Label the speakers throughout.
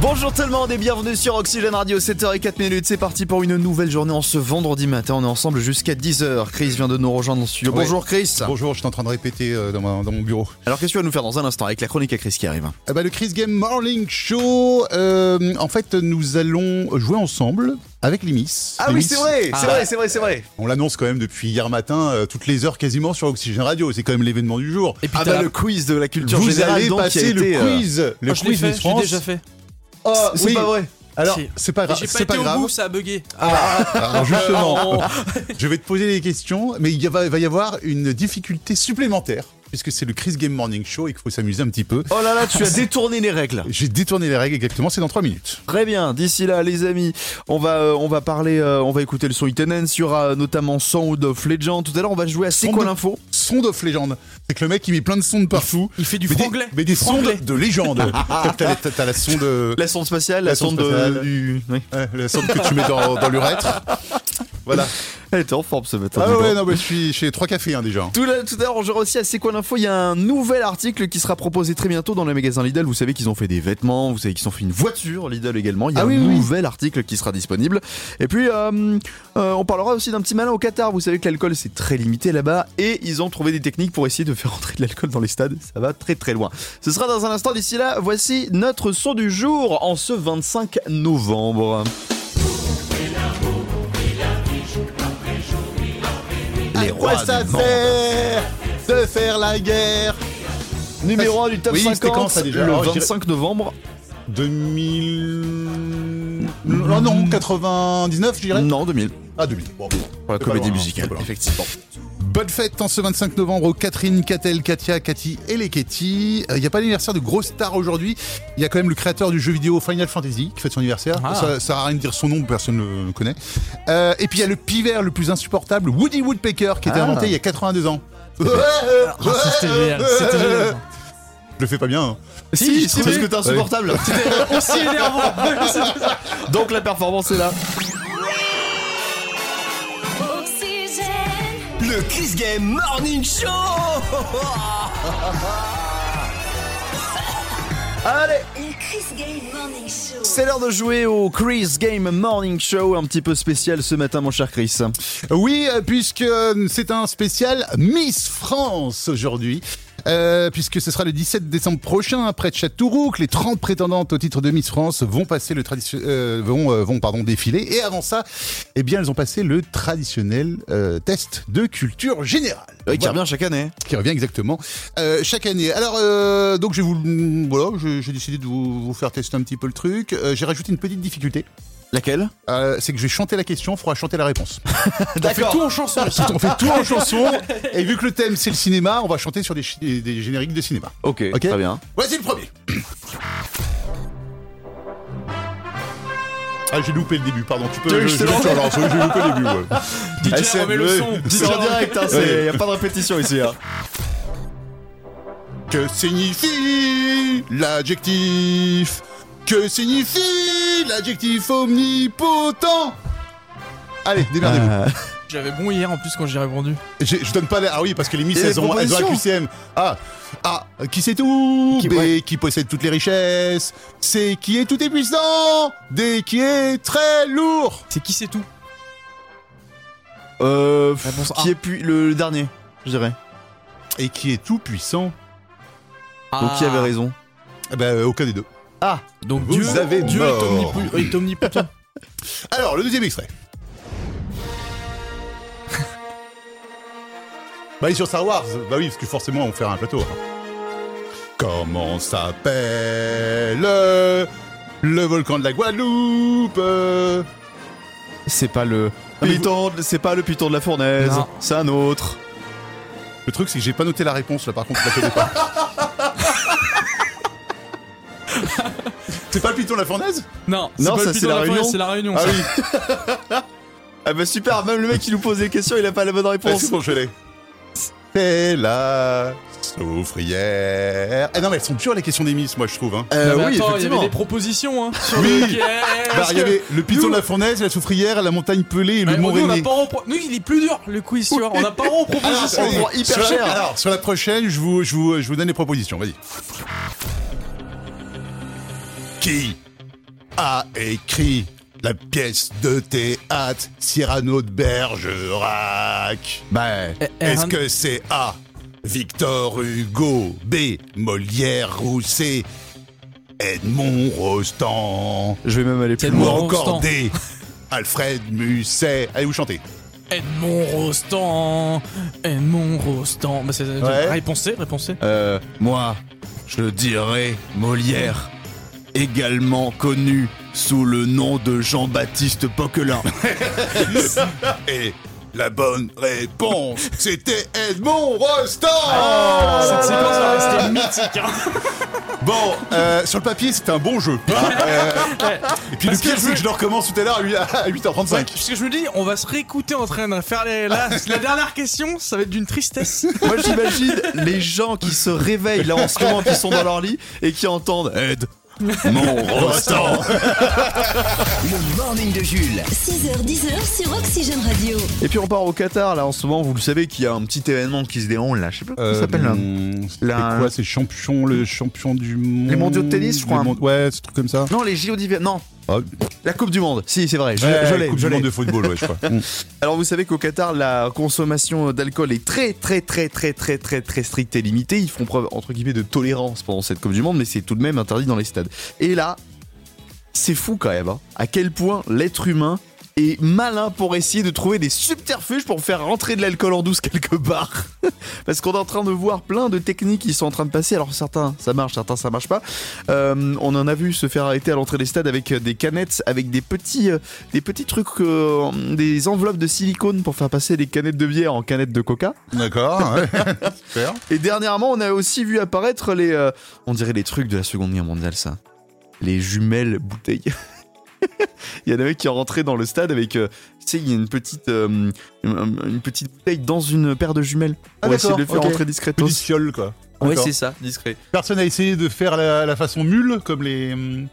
Speaker 1: Bonjour tout le monde et bienvenue sur Oxygène Radio, 7h04 minutes. C'est parti pour une nouvelle journée en ce vendredi matin. On est ensemble jusqu'à 10h. Chris vient de nous rejoindre dans le studio.
Speaker 2: Ouais.
Speaker 1: Bonjour Chris.
Speaker 2: Bonjour, je suis en train de répéter euh, dans, ma- dans mon bureau.
Speaker 1: Alors qu'est-ce que tu vas nous faire dans un instant avec la chronique à Chris qui arrive
Speaker 2: Eh ben, le Chris Game Morning Show, euh, en fait, nous allons jouer ensemble avec l'IMIS.
Speaker 1: Ah
Speaker 3: Ah
Speaker 1: c'est vrai, c'est vrai, c'est vrai.
Speaker 2: On l'annonce quand même depuis hier matin, euh, toutes les heures quasiment sur Oxygène Radio. C'est quand même l'événement du jour.
Speaker 1: Ah bah le quiz de la culture
Speaker 2: Vous
Speaker 1: générale
Speaker 2: allez
Speaker 1: donc, qui a
Speaker 2: passer le
Speaker 1: été, euh, Oh,
Speaker 2: quiz, le
Speaker 3: Ah, je l'ai
Speaker 2: quiz Miss
Speaker 3: fait, je l'ai
Speaker 2: France.
Speaker 3: déjà fait.
Speaker 2: Ah,
Speaker 1: C'est
Speaker 2: oui.
Speaker 1: pas vrai.
Speaker 2: Alors,
Speaker 3: Si.
Speaker 2: c'est pas grave.
Speaker 3: J'ai pas
Speaker 2: C'est
Speaker 3: été
Speaker 2: pas
Speaker 3: au
Speaker 2: grave.
Speaker 3: bout, ça a bugué. Ah,
Speaker 2: Alors justement, je vais te poser des questions, mais il y va, va y avoir une difficulté supplémentaire puisque c'est le Chris Game Morning Show et qu'il faut s'amuser un petit peu.
Speaker 1: Oh là là, tu as détourné les règles.
Speaker 2: J'ai détourné les règles exactement, c'est dans 3 minutes.
Speaker 1: Très bien. D'ici là, les amis, on va euh, on va parler, euh, on va écouter le son Itanen sur euh, notamment Sound of Legend. Tout à l'heure, on va jouer à C'est quoi
Speaker 2: Sound-
Speaker 1: l'info
Speaker 2: Sound of légende. C'est que le mec il met plein de sons de partout.
Speaker 3: Il fait du
Speaker 2: mais des-
Speaker 3: franglais.
Speaker 2: mais des
Speaker 3: Du
Speaker 2: sons de,
Speaker 3: franglais.
Speaker 2: de légende. T'as- T'as t'as- t'as la sonde. euh,
Speaker 1: La sonde spatiale, la,
Speaker 2: La
Speaker 1: sonde,
Speaker 2: sonde
Speaker 1: de-
Speaker 2: spatiale.
Speaker 1: du. Oui.
Speaker 2: ouais, la sonde que tu mets dans, dans l'urètre. Voilà.
Speaker 1: Elle était en forme ce matin. dis
Speaker 2: Ah
Speaker 1: donc.
Speaker 2: ouais, non, mais je suis chez 3 cafés hein, déjà.
Speaker 1: Tout, là- tout à l'heure, on jouera aussi à C'est quoi l'info Il y a un nouvel article qui sera proposé très bientôt dans les magasins Lidl. Vous savez qu'ils ont fait des vêtements, vous savez qu'ils ont fait une voiture, Lidl également. Il y a
Speaker 2: Ah oui,
Speaker 1: un
Speaker 2: oui, oui.
Speaker 1: nouvel article qui sera disponible. Et puis, euh, euh, on parlera aussi d'un petit malin au Qatar. Vous savez que l'alcool, c'est très limité là-bas. Et ils ont trouvé des techniques pour essayer de faire entrer de l'alcool dans les stades. Ça va très très loin. Ce sera dans un instant. D'ici là, voici notre son du jour en ce 25 novembre.
Speaker 2: Les
Speaker 1: rois
Speaker 2: quoi ça
Speaker 1: du
Speaker 2: sert de faire la guerre
Speaker 1: Numéro 1 du top
Speaker 2: Oui, c'était
Speaker 1: 50,
Speaker 2: quand, ça, déjà
Speaker 1: le
Speaker 2: Alors, je dirais-
Speaker 1: 25 novembre.
Speaker 2: 2000. Non, Ah non, 99, je dirais.
Speaker 1: Non, 2000.
Speaker 2: Ah, 2000. Bon, bon.
Speaker 1: Mm. Pour la
Speaker 2: C'est pas
Speaker 1: comédie
Speaker 2: loin,
Speaker 1: musicale,
Speaker 2: c'est pas loin.
Speaker 1: effectivement.
Speaker 2: Bonne fête en ce 25 novembre aux Catherine, Catel, Katia, Cathy et les Ketty. Il n'y a pas d'anniversaire de grosses stars aujourd'hui. Il y a quand même le créateur du jeu vidéo Final Fantasy qui fête son anniversaire.
Speaker 3: Ah.
Speaker 2: Ça, ça a rien de dire son nom, personne ne le connaît. Euh, et puis il y a le pivert le plus insupportable, Woody Woodpecker, qui a été
Speaker 1: Ah.
Speaker 2: inventé il y a 82 ans.
Speaker 3: Ah, ça, c'était génial. C'était génial.
Speaker 2: Je le fais pas bien. hein.
Speaker 1: Si,
Speaker 2: je
Speaker 1: c'est
Speaker 2: trouvais-
Speaker 1: parce que t'es insupportable.
Speaker 3: Aussi énervant.
Speaker 1: Donc la performance est là.
Speaker 4: Oxygène.
Speaker 5: Le Chris Game Morning Show
Speaker 1: Allez,
Speaker 4: Le Chris Game Morning Show.
Speaker 1: c'est l'heure de jouer au Chris Game Morning Show, un petit peu spécial ce matin, mon cher Chris.
Speaker 2: Oui, euh, puisque euh, c'est un spécial Miss France aujourd'hui. Euh, puisque ce sera le 17 décembre prochain à près de Châteauroux que les 30 prétendantes au titre de Miss France vont passer le tradition- euh, vont, euh, vont pardon défiler et avant ça eh bien elles ont passé le traditionnel euh, test de culture générale
Speaker 1: Oui, qui
Speaker 2: Voilà,
Speaker 1: revient chaque année.
Speaker 2: qui revient exactement euh, chaque année alors euh, donc je vais vous voilà je- j'ai décidé de vous, vous faire tester un petit peu le truc Euh, j'ai rajouté une petite difficulté
Speaker 1: Laquelle
Speaker 2: Euh, c'est que je vais chanter la question faudra chanter la réponse
Speaker 3: On fait tout en chanson.
Speaker 2: on fait tout en chanson. Et vu que le thème c'est le cinéma, on va chanter sur des, chi- des génériques de cinéma.
Speaker 1: Ok,
Speaker 2: Ok.
Speaker 1: très bien.
Speaker 2: Voici le premier. Ah, j'ai loupé le début, pardon. Tu peux.
Speaker 1: Oui,
Speaker 2: je-
Speaker 1: je
Speaker 2: je-
Speaker 1: te
Speaker 2: je-
Speaker 1: lance.
Speaker 2: je- alors, J'ai loupé le début, ouais.
Speaker 3: DJ, remets le son.
Speaker 1: Eh, C'est en direct, hein,
Speaker 2: Ouais.
Speaker 1: n'y a pas de répétition ici. hein.
Speaker 2: Que signifie l'adjectif Que signifie l'adjectif omnipotent Allez, démerdez-vous.
Speaker 1: Euh,
Speaker 3: J'avais bon hier en plus quand j'ai répondu.
Speaker 2: J'ai- Je donne pas les. Ah oui, parce que les Miss,
Speaker 1: Et les
Speaker 2: elles ont, elles ont la
Speaker 1: propositions
Speaker 2: QCM. Ah, ah, qui sait tout
Speaker 1: Qui-
Speaker 2: B,
Speaker 1: ouais.
Speaker 2: qui possède toutes les richesses. C, qui est tout et puissant. D, qui est très lourd.
Speaker 3: C'est qui c'est tout
Speaker 1: euh, pff,
Speaker 3: Réponse A.
Speaker 1: qui est puis le dernier, je dirais.
Speaker 2: Et qui est tout puissant.
Speaker 1: Donc qui
Speaker 3: Ah.
Speaker 1: avait raison
Speaker 2: Eh ben, euh, aucun des deux.
Speaker 1: Ah,
Speaker 3: Donc
Speaker 2: Vous
Speaker 3: Dieu,
Speaker 2: avez
Speaker 3: Dieu
Speaker 2: mort.
Speaker 3: est, omnipo- est omnipotent.
Speaker 2: Alors, le deuxième extrait. bah, il est sur Star Wars. Bah oui, parce que forcément, on fait un plateau. hein. Comment s'appelle le volcan de la Guadeloupe
Speaker 1: c'est pas le. Python, c'est pas le Python de la fournaise,
Speaker 3: Non.
Speaker 1: c'est un autre.
Speaker 2: Le truc, c'est que j'ai pas noté la réponse là, par contre, je la connais pas. C'est pas le piton de la fournaise
Speaker 3: non,
Speaker 1: Non,
Speaker 3: pas
Speaker 1: ça,
Speaker 3: le
Speaker 1: c'est
Speaker 3: Python
Speaker 1: la
Speaker 3: de forêt,
Speaker 1: Réunion.
Speaker 3: C'est la réunion.
Speaker 2: Ah
Speaker 3: ça.
Speaker 2: oui,
Speaker 1: Ah bah super, même le mec qui nous posait les questions, il a pas la bonne
Speaker 2: Ah,
Speaker 1: réponse.
Speaker 2: c'est bon, je l'ai. était la soufrière. Eh non, mais elles sont dures les questions des Miss, moi je trouve. Hein.
Speaker 1: Euh,
Speaker 3: Non, mais
Speaker 1: oui,
Speaker 3: attends, il y
Speaker 1: effectivement.
Speaker 3: avait des propositions, hein. Sur
Speaker 2: Oui.
Speaker 3: lequel-
Speaker 2: Bah, il y avait le piton
Speaker 3: nous-
Speaker 2: de la fournaise, la soufrière, la montagne pelée et le
Speaker 3: Ouais,
Speaker 2: mont
Speaker 3: nous, bah, on a
Speaker 2: Rainier.
Speaker 3: pas en pro- nous, il est plus dur, le quiz, tu vois. On n'a pas en
Speaker 2: Alors,
Speaker 3: proposition.
Speaker 1: on
Speaker 2: allez,
Speaker 1: voit hyper
Speaker 2: sur la-
Speaker 1: cher.
Speaker 2: alors, sur la prochaine, je vous, je vous, je vous donne les propositions. Vas-y. Qui a écrit la pièce de théâtre Cyrano de Bergerac Ben,
Speaker 1: Eh,
Speaker 2: est-ce
Speaker 3: Aaron-
Speaker 2: que c'est A. Victor Hugo, B. Molière Rousset, Edmond Rostand,
Speaker 1: Je vais même aller plus
Speaker 3: Tellement-
Speaker 1: loin.
Speaker 2: ou
Speaker 3: Edmond Rostand.
Speaker 2: encore D. Alfred Musset. Allez, vous chantez.
Speaker 3: Edmond Rostand, Edmond Rostand. Bah, c'est
Speaker 2: Ouais.
Speaker 3: réponse C, réponse C.
Speaker 1: Euh, moi, je le dirais Molière, également connu sous le nom de Jean-Baptiste Poquelin.
Speaker 2: Et la bonne réponse, c'était Edmond Rostand
Speaker 3: Cette séquence va rester mythique. hein.
Speaker 2: Bon, euh, sur le papier, c'était un bon jeu. Ah, euh,
Speaker 3: Ouais.
Speaker 2: et puis le
Speaker 3: Parce que
Speaker 2: pire,
Speaker 3: je
Speaker 2: c'est
Speaker 3: veux-
Speaker 2: que je le recommence tout à l'heure à huit- à 8h35.
Speaker 3: Ouais, Parce que je me dis, on va se réécouter en train de faire les, la, la dernière question, ça va être d'une tristesse.
Speaker 1: Moi, j'imagine les gens qui se réveillent là en ce moment, qui sont dans leur lit et qui entendent euh. Ed. Mon Rostand
Speaker 5: Le morning de Jules.
Speaker 4: 6h, 10h sur Oxygène Radio.
Speaker 1: Et puis on part au Qatar là en ce moment, vous le savez qu'il y a un petit événement qui se déroule là, je sais pas comment ça s'appelle là.
Speaker 3: Euh,
Speaker 1: la-
Speaker 2: Euh, C'est quoi C'est champion, le champion du monde.
Speaker 1: mondiaux de tennis, je crois. hein.
Speaker 2: Les mon- Ouais, ce truc comme ça.
Speaker 1: Non, les JO d'hiver, non,
Speaker 2: Ah,
Speaker 1: la Coupe du Monde, si c'est vrai, je,
Speaker 2: ouais,
Speaker 1: je l'ai,
Speaker 2: Coupe
Speaker 1: je
Speaker 2: du monde
Speaker 1: l'ai.
Speaker 2: de football, ouais, je crois. Mm.
Speaker 1: Alors vous savez qu'au Qatar, la consommation d'alcool est très très très très très très très stricte et limitée. Ils font preuve entre guillemets de tolérance pendant cette Coupe du Monde, mais c'est tout de même interdit dans les stades. Et là, c'est fou quand même, hein, à quel point l'être humain est malin pour essayer de trouver des subterfuges pour faire rentrer de l'alcool en douce quelque part. Parce qu'on est en train de voir plein de techniques qui sont en train de passer. Alors certains ça marche, certains ça marche pas. Euh, on en a vu se faire arrêter à l'entrée des stades avec euh, des canettes, avec des petits, euh, des petits trucs, euh, des enveloppes de silicone pour faire passer les canettes de bière en canettes de coca.
Speaker 2: D'accord, ouais. super.
Speaker 1: Et dernièrement, on a aussi vu apparaître les, euh, on dirait les trucs de la Seconde Guerre mondiale, ça. Les jumelles bouteilles. Il y en avait qui rentraient dans le stade avec, euh, tu sais, il y a une petite, euh, une une petite bouteille dans une paire de jumelles.
Speaker 2: Ah,
Speaker 1: On va essayer de le faire
Speaker 2: d'accord, ok.
Speaker 1: rentrer discrètement.
Speaker 2: Petite fiole, quoi.
Speaker 1: Ouais,
Speaker 2: D'accord.
Speaker 1: c'est ça, discret.
Speaker 2: Personne a essayé de faire la, la façon mule, comme les, hum,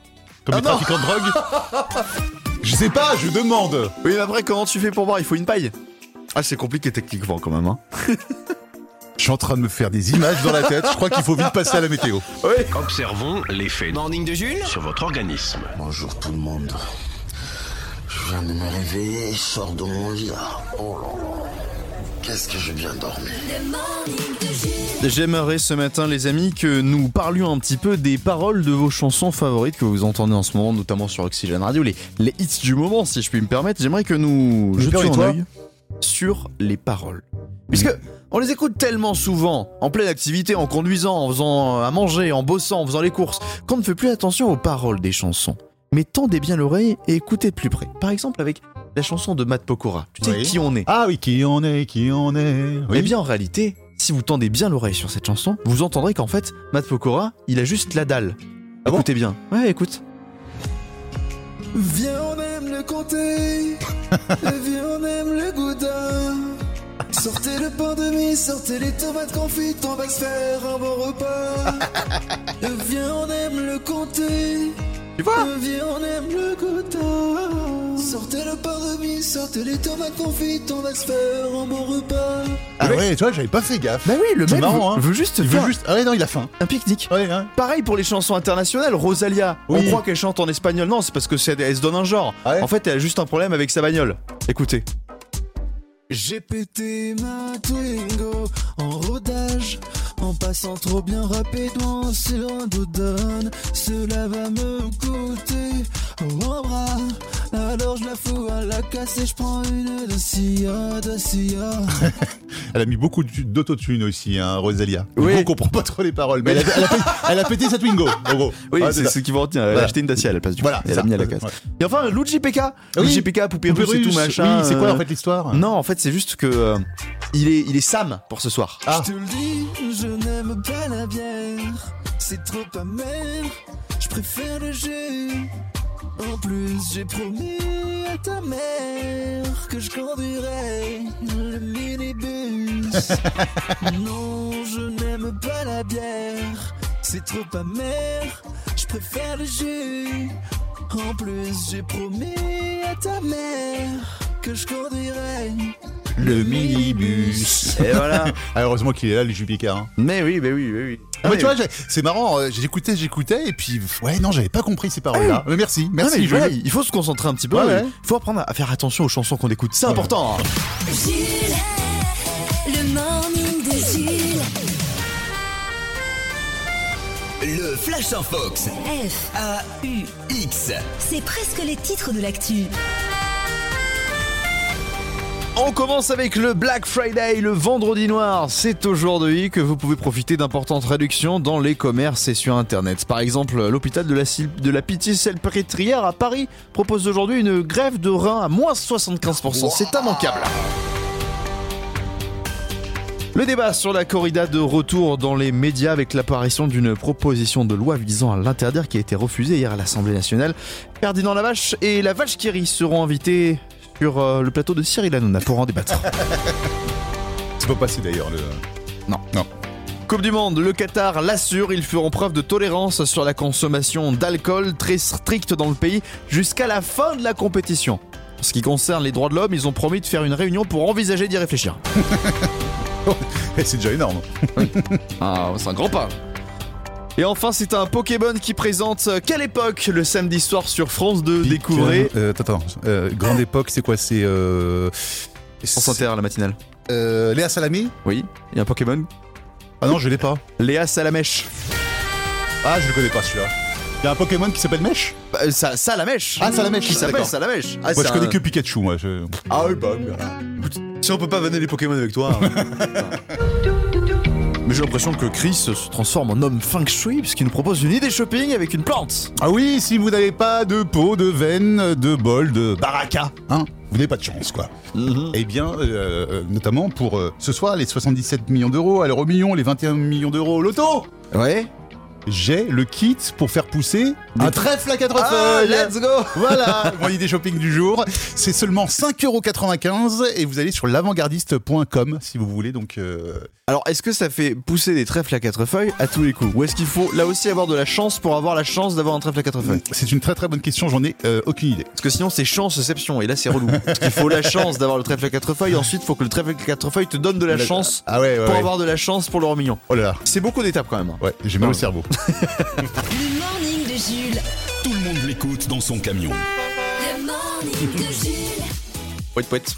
Speaker 2: comme
Speaker 1: Ah
Speaker 2: les
Speaker 1: non.
Speaker 2: trafiquants de drogue Je sais pas, je demande.
Speaker 1: Oui, mais après, comment tu fais pour boire Il faut une paille. Ah, c'est compliqué techniquement quand même. Hein.
Speaker 2: Je suis en train de me faire des images dans la tête. Je crois qu'il faut vite passer à la météo.
Speaker 6: Observons l'effet
Speaker 5: Morning de Jules.
Speaker 6: sur votre organisme.
Speaker 7: Bonjour tout le monde. Je viens de me réveiller, je sors de mon lit là. Oh là là. Qu'est-ce que j'ai bien dormi.
Speaker 4: Le morning de Jules.
Speaker 1: J'aimerais ce matin, les amis, que nous parlions un petit peu des paroles de vos chansons favorites que vous entendez en ce moment, notamment sur Oxygène Radio, les, les hits du moment, si je puis me permettre. J'aimerais que nous jetions
Speaker 2: permets
Speaker 1: un
Speaker 2: toi.
Speaker 1: œil sur les paroles. Puisque on les écoute tellement souvent, en pleine activité, en conduisant, en faisant euh, à manger, en bossant, en faisant les courses, qu'on ne fait plus attention aux paroles des chansons. Mais tendez bien l'oreille et écoutez de plus près. Par exemple, avec la chanson de Matt Pokora. Tu sais
Speaker 2: Oui.
Speaker 1: qui on est
Speaker 2: Ah oui, qui on est, qui on est. Oui.
Speaker 1: Eh bien, en réalité, si vous tendez bien l'oreille sur cette chanson, vous entendrez qu'en fait, Matt Pokora, il a juste la dalle.
Speaker 2: Ah bon
Speaker 1: Écoutez bien. Ouais, écoute. Viens, on aime le comté. Viens, on aime le goudin. Sortez le pain de mie, sortez les tomates confites, on va se faire un bon repas. Viens, on aime le comté. Tu vois Viens, on aime le goudin. Sortez le pain de mie, sortez les tomates confites, on va se faire un bon repas.
Speaker 2: Ah ouais, tu vois, j'avais pas fait gaffe.
Speaker 1: Bah oui, le
Speaker 2: C'est
Speaker 1: mec
Speaker 2: marrant,
Speaker 1: veut,
Speaker 2: hein.
Speaker 1: veut juste
Speaker 2: Il
Speaker 1: faire
Speaker 2: veut juste. Ah ouais, non, il a faim.
Speaker 1: un pique-nique.
Speaker 2: Ouais, hein.
Speaker 1: Pareil pour les chansons internationales, Rosalia. On
Speaker 2: Oui. Ah
Speaker 1: croit qu'elle chante en espagnol. Non, c'est parce que c'est- elle se donne un genre.
Speaker 2: Ouais.
Speaker 1: En fait, elle a juste un problème avec sa bagnole. Écoutez.
Speaker 8: J'ai pété ma Twingo en rodage, en passant trop bien rapidement c'est loin d'Odonne. Cela va me coûter un bras, alors je la fous à la casse et je prends une de Sia, de Sia.
Speaker 2: Elle a mis beaucoup de- d'autotune aussi, hein, Rosalia.
Speaker 1: Oui.
Speaker 2: On comprend pas trop les paroles, mais elle a, elle a pété, elle a pété sa Twingo, en gros.
Speaker 1: Oui,
Speaker 2: Ouais,
Speaker 1: c'est
Speaker 2: Ah, ça.
Speaker 1: ce qu'il faut retenir. Elle a
Speaker 2: Voilà.
Speaker 1: acheté une Dacia à la place du
Speaker 2: Voilà,
Speaker 1: Elle
Speaker 2: ça.
Speaker 1: a mis à la casse.
Speaker 2: Ouais.
Speaker 1: Et enfin, Luigi Pekka.
Speaker 2: Ah oui.
Speaker 1: Luigi Pekka, poupée russe et tout
Speaker 2: Russe,
Speaker 1: machin.
Speaker 2: Oui, c'est quoi en
Speaker 1: euh,
Speaker 2: fait l'histoire
Speaker 1: Non, en fait, c'est juste que. euh, il, est, il est Sam pour ce soir.
Speaker 2: Ah.
Speaker 8: Je te le dis, je n'aime pas la bière, c'est trop amer, je préfère le jus. En plus, j'ai promis à ta mère que je conduirais le minibus. Non, je n'aime pas la bière, c'est trop amer, je préfère le jus. En plus, j'ai promis à ta mère que je conduirais.
Speaker 2: Le minibus.
Speaker 1: Et voilà.
Speaker 2: Ah, heureusement qu'il est là, le Jupiter. hein.
Speaker 1: Mais oui, mais oui, mais oui.
Speaker 2: Ah,
Speaker 1: mais
Speaker 2: mais tu vois, j'ai- c'est marrant, euh, j'écoutais, j'écoutais, et puis, ouais, non, j'avais pas compris ces paroles-là. Mais merci,
Speaker 1: Ah,
Speaker 2: merci,
Speaker 1: mais voilà,
Speaker 2: Jules.
Speaker 1: il faut se concentrer un petit peu.
Speaker 2: Ouais, ouais.
Speaker 1: Il faut apprendre à faire attention aux chansons qu'on écoute. C'est important.
Speaker 4: Jules, le morning de Jules.
Speaker 5: Le Flash en Fox.
Speaker 4: F,
Speaker 5: A-U-X.
Speaker 4: c'est presque les titres de l'actu.
Speaker 1: On commence avec le Black Friday, le vendredi noir. C'est aujourd'hui que vous pouvez profiter d'importantes réductions dans les commerces et sur Internet. Par exemple, l'hôpital de la, Sil- de la Pitié-Salpêtrière à Paris propose aujourd'hui une grève de rein à moins 75%. C'est immanquable. Le débat sur la corrida de retour dans les médias avec l'apparition d'une proposition de loi visant à l'interdire qui a été refusée hier à l'Assemblée nationale. Ferdinand Lavache et la vache qui rit seront invités sur euh, le plateau de Cyril Hanouna pour en débattre.
Speaker 2: C'est pas passé d'ailleurs, le.
Speaker 1: Non.
Speaker 2: Non.
Speaker 1: Coupe du Monde, le Qatar l'assure, ils feront preuve de tolérance sur la consommation d'alcool très stricte dans le pays jusqu'à la fin de la compétition. En ce qui concerne les droits de l'homme, ils ont promis de faire une réunion pour envisager d'y réfléchir.
Speaker 2: Eh, c'est déjà énorme.
Speaker 1: Ah, c'est un grand pas. Et enfin, c'est un Pokémon qui présente euh, Quelle époque le samedi soir sur France 2 découvrez
Speaker 2: Euh, attends, attends, euh, grande époque, c'est quoi C'est. Euh...
Speaker 1: France Inter la matinale.
Speaker 2: euh, Léa Salami
Speaker 1: Oui, il y a un Pokémon.
Speaker 2: Ah non, je l'ai pas.
Speaker 1: Léa Salamèche.
Speaker 2: Ah, je le connais pas celui-là. Il y a un Pokémon qui s'appelle Mèche
Speaker 1: Bah, ça, Salamèche.
Speaker 2: Ah, Salamèche,
Speaker 1: Il s'appelle
Speaker 2: d'accord.
Speaker 1: Salamèche. Ah,
Speaker 2: Moi,
Speaker 1: c'est
Speaker 2: je connais
Speaker 1: un-
Speaker 2: que Pikachu, moi. je-
Speaker 1: Ah oui, bah voilà. Si on peut pas vanner les Pokémon avec toi. hein. Mais j'ai l'impression que Chris se transforme en homme feng shui puisqu'il nous propose une idée shopping avec une plante.
Speaker 2: Ah oui, si vous n'avez pas de peau, de veine, de bol, de baraka, hein, vous n'avez pas de chance, quoi.
Speaker 1: Mm-hmm.
Speaker 2: Eh bien, euh, euh, notamment pour euh, ce soir, les 77 millions d'euros à l'euro million, les 21 millions d'euros au loto,
Speaker 1: Ouais.
Speaker 2: j'ai le kit pour faire pousser un trèfle à quatre
Speaker 1: Ah,
Speaker 2: feuilles.
Speaker 1: let's go
Speaker 2: Voilà, mon idée shopping du jour. C'est seulement 5,95€ et vous allez sur l'avantgardiste.com si vous voulez. Donc, euh,
Speaker 1: Alors, est-ce que ça fait pousser des trèfles à quatre feuilles à tous les coups Ou est-ce qu'il faut là aussi avoir de la chance pour avoir la chance d'avoir un trèfle à quatre feuilles
Speaker 2: c'est une très très bonne question, j'en ai euh, aucune idée.
Speaker 1: Parce que sinon, c'est chance-exception et là, c'est relou. Parce qu'il faut la chance d'avoir le trèfle à quatre feuilles, ensuite, il faut que le trèfle à quatre feuilles te donne de la chance
Speaker 2: Ah ouais, ouais,
Speaker 1: pour
Speaker 2: ouais.
Speaker 1: avoir de la chance pour le million.
Speaker 2: Oh là là,
Speaker 1: C'est beaucoup d'étapes quand même.
Speaker 2: ouais, j'ai mal au cerveau.
Speaker 4: Le morning de Jules,
Speaker 5: Tout le monde l'écoute dans son camion.
Speaker 4: le morning de Jules.
Speaker 1: Poète, poète.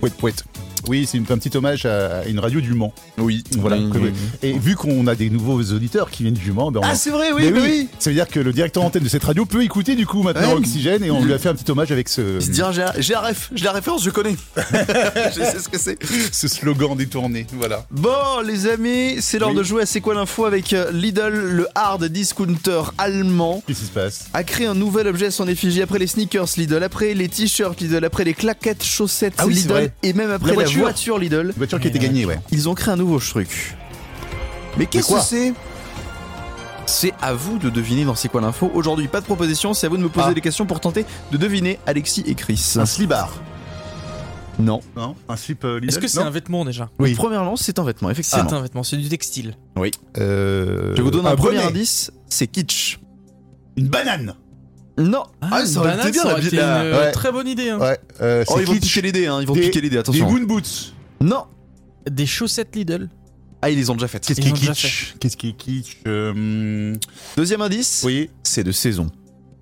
Speaker 2: Pouette, pouette. Oui, c'est une- un petit hommage à une radio du Mans.
Speaker 1: Oui,
Speaker 2: Voilà.
Speaker 1: Oui,
Speaker 2: Que-
Speaker 1: oui,
Speaker 2: Et vu qu'on a des nouveaux auditeurs qui viennent du Mans, ben on-
Speaker 1: Mmh. Ah, c'est vrai, oui,
Speaker 2: Mais
Speaker 1: mais oui.
Speaker 2: Ça veut dire que le directeur antenne de cette radio peut écouter du coup maintenant
Speaker 1: Ouais.
Speaker 2: Oxygène et on lui a fait un petit hommage avec
Speaker 1: Il se
Speaker 2: ce,
Speaker 1: dit, ah, j'ai la, j'ai la ref, j'ai la référence, je connais. je sais ce que c'est.
Speaker 2: ce slogan détourné. Voilà.
Speaker 1: Bon, les amis, c'est l'heure
Speaker 2: Oui.
Speaker 1: de jouer à C'est quoi l'info avec euh, Lidl, le hard discounter allemand.
Speaker 2: Qu'est-ce qui se passe
Speaker 1: A créé un nouvel objet à son effigie après les sneakers Lidl, après les t-shirts Lidl, après les claquettes chaussettes
Speaker 2: Ah oui, c'est
Speaker 1: Lidl
Speaker 2: vrai.
Speaker 1: et même après la voiture,
Speaker 2: voiture.
Speaker 1: Lidl.
Speaker 2: Une voiture qui a été gagnée, ouais.
Speaker 1: Ils ont créé un nouveau truc. Mais qu'est-ce
Speaker 2: quoi
Speaker 1: que c'est c'est à vous de deviner dans C'est quoi l'info. Aujourd'hui, pas de proposition, c'est à vous de me poser
Speaker 2: Ah.
Speaker 1: des questions pour tenter de deviner Alexis et Chris.
Speaker 2: Un slibard.
Speaker 1: Non.
Speaker 2: Non Un slip
Speaker 3: Est-ce que c'est un vêtement déjà
Speaker 2: Oui.
Speaker 1: Premièrement, c'est un vêtement,
Speaker 3: C'est
Speaker 1: effectivement.
Speaker 3: un vêtement, c'est du textile.
Speaker 2: Euh,
Speaker 1: Je vous donne un, premier
Speaker 2: bonnet.
Speaker 1: indice, c'est kitsch.
Speaker 2: Une banane.
Speaker 1: Non.
Speaker 2: Ah,
Speaker 1: Ah,
Speaker 3: une banane, ça aurait été une
Speaker 2: ouais.
Speaker 3: très bonne idée. hein.
Speaker 2: Ouais. euh,
Speaker 1: Oh,
Speaker 2: c'est
Speaker 1: ils vont
Speaker 2: kitsch.
Speaker 1: piquer les dés, hein, ils vont piquer les dés,
Speaker 2: Des
Speaker 1: attention.
Speaker 2: moon boots.
Speaker 1: Non.
Speaker 3: Des chaussettes Lidl.
Speaker 1: Ah, ils les ont déjà faites.
Speaker 2: Qu'est-ce
Speaker 3: Ils
Speaker 2: qui est
Speaker 3: ont déjà
Speaker 2: kitsch Qu'est-ce qui est kitsch euh,
Speaker 1: Deuxième indice,
Speaker 2: Oui.
Speaker 1: c'est de saison.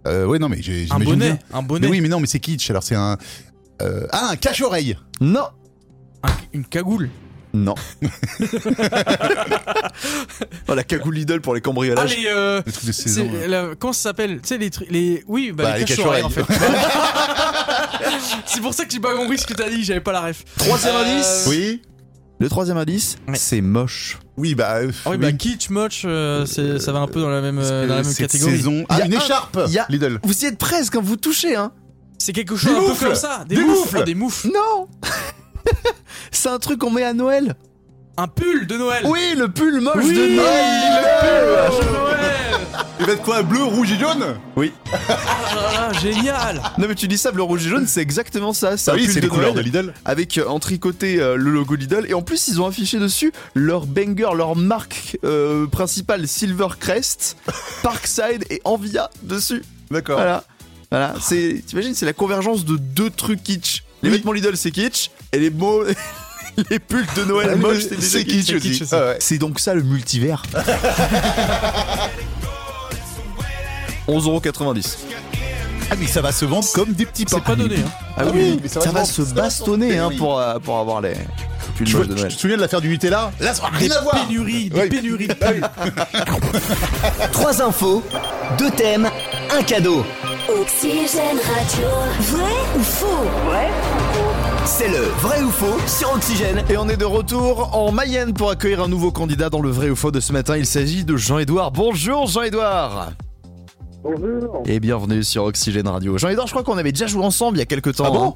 Speaker 2: Euh, ouais, non, mais j'ai-
Speaker 3: Un
Speaker 2: j'imagine
Speaker 3: bonnet.
Speaker 2: bien.
Speaker 3: Un
Speaker 2: Mais
Speaker 3: bonnet.
Speaker 2: oui, mais non, mais c'est kitsch. Alors c'est un. euh, ah, un cache-oreille.
Speaker 1: Non.
Speaker 3: Un- une cagoule.
Speaker 1: Non. oh, la cagoule Lidl pour les cambriolages.
Speaker 3: Allez, euh,
Speaker 2: Le truc de
Speaker 3: c'est
Speaker 2: saison. là.
Speaker 3: la- comment ça s'appelle Tu sais, les trucs. Les... Oui, bah,
Speaker 2: Bah,
Speaker 3: les
Speaker 2: les
Speaker 3: cache-oreilles, en
Speaker 2: cache-oreilles.
Speaker 3: fait. c'est pour ça que j'ai pas compris ce que t'as dit, j'avais pas la ref.
Speaker 1: Troisième
Speaker 3: Euh,
Speaker 1: indice.
Speaker 2: Oui.
Speaker 1: Le troisième indice,
Speaker 3: Ouais.
Speaker 1: c'est moche.
Speaker 2: Oui, bah. euh,
Speaker 3: Ah oui, bah, kitsch, moche, euh, c'est- ça va un peu dans la même,
Speaker 2: parce
Speaker 3: euh, dans la
Speaker 2: que
Speaker 3: même
Speaker 2: cette
Speaker 3: catégorie.
Speaker 2: saison- Ah,
Speaker 1: Il y a
Speaker 2: une
Speaker 1: un-
Speaker 2: écharpe.
Speaker 1: il y a-
Speaker 2: Lidl.
Speaker 1: Vous y êtes presque quand vous touchez, hein
Speaker 3: C'est quelque chose
Speaker 2: Des
Speaker 3: un peu
Speaker 2: moufles
Speaker 3: comme ça. Des,
Speaker 2: Des
Speaker 3: moufles.
Speaker 2: moufles
Speaker 3: Ah, des moufles.
Speaker 1: Non C'est un truc qu'on met à Noël.
Speaker 3: Un pull de Noël.
Speaker 1: Oui, Ah, le pull moche
Speaker 3: Oui,
Speaker 1: de Noël
Speaker 3: le pull moche de Noël.
Speaker 2: Il va être quoi Bleu, rouge et jaune
Speaker 1: Oui.
Speaker 3: Ah, génial
Speaker 1: Non mais tu dis ça, bleu, rouge et jaune, c'est exactement ça. C'est
Speaker 2: Ah
Speaker 1: un
Speaker 2: oui,
Speaker 1: pull
Speaker 2: c'est les
Speaker 1: de
Speaker 2: couleurs de
Speaker 1: Noël
Speaker 2: Lidl.
Speaker 1: Avec euh, en tricoté euh, le logo Lidl et en plus ils ont affiché dessus leur banger, leur marque euh, principale Silvercrest, Parkside et Envia dessus.
Speaker 2: D'accord.
Speaker 1: Voilà. Voilà, c'est t'imagines, c'est la convergence de deux trucs kitsch. Les
Speaker 2: Oui.
Speaker 1: vêtements Lidl c'est kitsch et les mots les pulls de Noël moches c'est déjà
Speaker 2: Ah C'est kitsch aussi. Ah ouais.
Speaker 1: C'est donc ça le multivers. 11,90€.
Speaker 2: Ah, mais ça va se vendre comme des petits pains.
Speaker 3: C'est pas donné, hein.
Speaker 1: Ah
Speaker 2: Ah oui,
Speaker 1: oui,
Speaker 2: mais ça
Speaker 1: ça,
Speaker 2: va
Speaker 1: va
Speaker 2: se
Speaker 1: se
Speaker 2: vendre. Eh
Speaker 1: bastonner hein,
Speaker 2: Oui.
Speaker 1: pour, euh, pour avoir les pulls
Speaker 2: Je,
Speaker 1: moches
Speaker 2: me
Speaker 1: de
Speaker 2: je me
Speaker 1: Noël.
Speaker 2: souviens de l'affaire du Nutella. Là, ça n'a rien à voir.
Speaker 3: Pénurie,
Speaker 2: Ouais.
Speaker 3: des pénuries de pain.
Speaker 9: Trois infos, deux thèmes, un cadeau.
Speaker 4: Oxygène Radio. Vrai ou faux
Speaker 9: C'est le vrai ou faux sur Oxygène.
Speaker 1: Et on est de retour en Mayenne pour accueillir un nouveau candidat dans le vrai ou faux de ce matin. Il s'agit de Jean-Édouard. Bonjour Jean-Édouard
Speaker 10: Bonjour.
Speaker 1: Et bienvenue sur Oxygène Radio. Jean-Édouard, je crois qu'on avait déjà joué ensemble il y a quelques temps.
Speaker 2: Ah bon
Speaker 1: hein.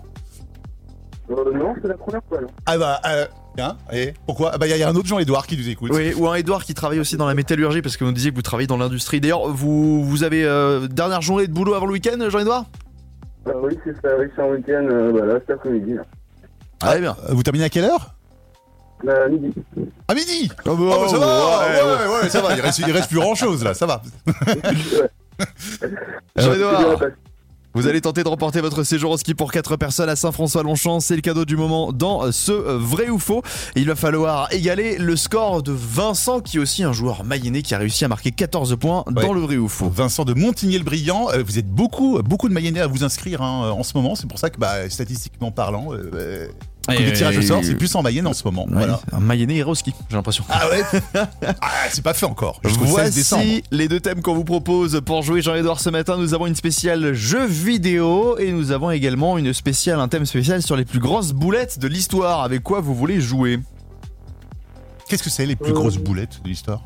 Speaker 10: Euh, non, c'est la première fois. Non
Speaker 2: Ah bah, euh, hein, et pourquoi Ah bah, il y, a un autre Jean-Edouard qui nous écoute.
Speaker 1: Oui, ou un Édouard qui travaille aussi dans la métallurgie parce que vous nous disiez que vous travaillez dans l'industrie. D'ailleurs, vous, vous avez euh, dernière journée de boulot avant le week-end, Jean-Édouard
Speaker 10: Ah oui, c'est ça. Oui, c'est un week-end. Euh, bah, là, cet après-midi. là.
Speaker 1: Ah, ouais, bien.
Speaker 2: Euh, Vous terminez à quelle heure
Speaker 10: Euh, midi.
Speaker 2: À midi
Speaker 1: Oh,
Speaker 2: Ah bah, ça
Speaker 1: ouais,
Speaker 2: va, ouais, ouais, ça va, il reste, il reste plus grand chose là, ça va.
Speaker 1: Jean-Édouard,
Speaker 10: C'est bien,
Speaker 1: Vous allez tenter de remporter votre séjour au ski pour 4 personnes à Saint-François-Longchamp. C'est le cadeau du moment dans ce euh, vrai ou faux. Il va falloir égaler le score de Vincent, qui est aussi un joueur mayennais qui a réussi à marquer 14 points dans
Speaker 2: Ouais.
Speaker 1: le vrai ou faux.
Speaker 2: Vincent de Montigny-le-Brillant, euh, vous êtes beaucoup, beaucoup de Mayennais à vous inscrire hein, euh, en ce moment, c'est pour ça que bah, statistiquement parlant, euh, euh, quand
Speaker 1: Et-
Speaker 2: les tirages au sort,
Speaker 1: et-
Speaker 2: c'est plus en Mayenne en ce moment. Voilà.
Speaker 1: Ouais, c'est Un mayennais héros ski, j'ai l'impression.
Speaker 2: Ah ouais Ah, c'est pas fait encore. Jusqu'au 16 décembre.
Speaker 1: Voici les deux thèmes qu'on vous propose pour jouer Jean-Edouard ce matin. Nous avons une spéciale jeu vidéo et nous avons également une spéciale, un thème spécial sur les plus grosses boulettes de l'histoire. Avec quoi vous voulez jouer
Speaker 2: Qu'est-ce que c'est les plus grosses boulettes de l'histoire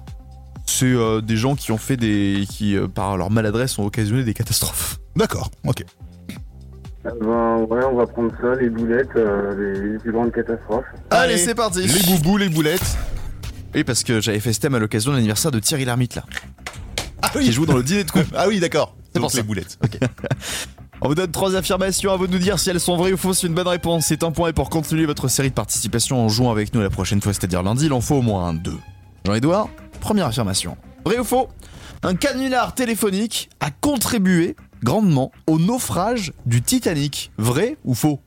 Speaker 1: C'est euh, des gens qui ont fait des. qui, euh, par leur maladresse, ont occasionné des catastrophes.
Speaker 2: D'accord, ok.
Speaker 10: Ah ben, ouais, on va prendre ça, les boulettes, euh, les, les plus grandes catastrophes.
Speaker 1: Allez, c'est parti
Speaker 2: Les boubous, les boulettes.
Speaker 1: Oui, parce que j'avais fait ce thème à l'occasion de l'anniversaire de Thierry Lhermitte, là.
Speaker 2: Ah oui,
Speaker 1: Qui joue dans le dîner de couple.
Speaker 2: Ah oui, d'accord.
Speaker 1: C'est
Speaker 2: Donc
Speaker 1: pour
Speaker 2: les
Speaker 1: ça.
Speaker 2: boulettes.
Speaker 1: On vous donne trois affirmations à vous de nous dire si elles sont vraies ou fausses. Une bonne réponse, c'est un point. Et pour continuer votre série de participation en jouant avec nous la prochaine fois, c'est-à-dire lundi, il en faut au moins un deux. Jean-Edouard, première affirmation. Vrai ou faux Un canular téléphonique a contribué grandement au naufrage du Titanic. Vrai ou faux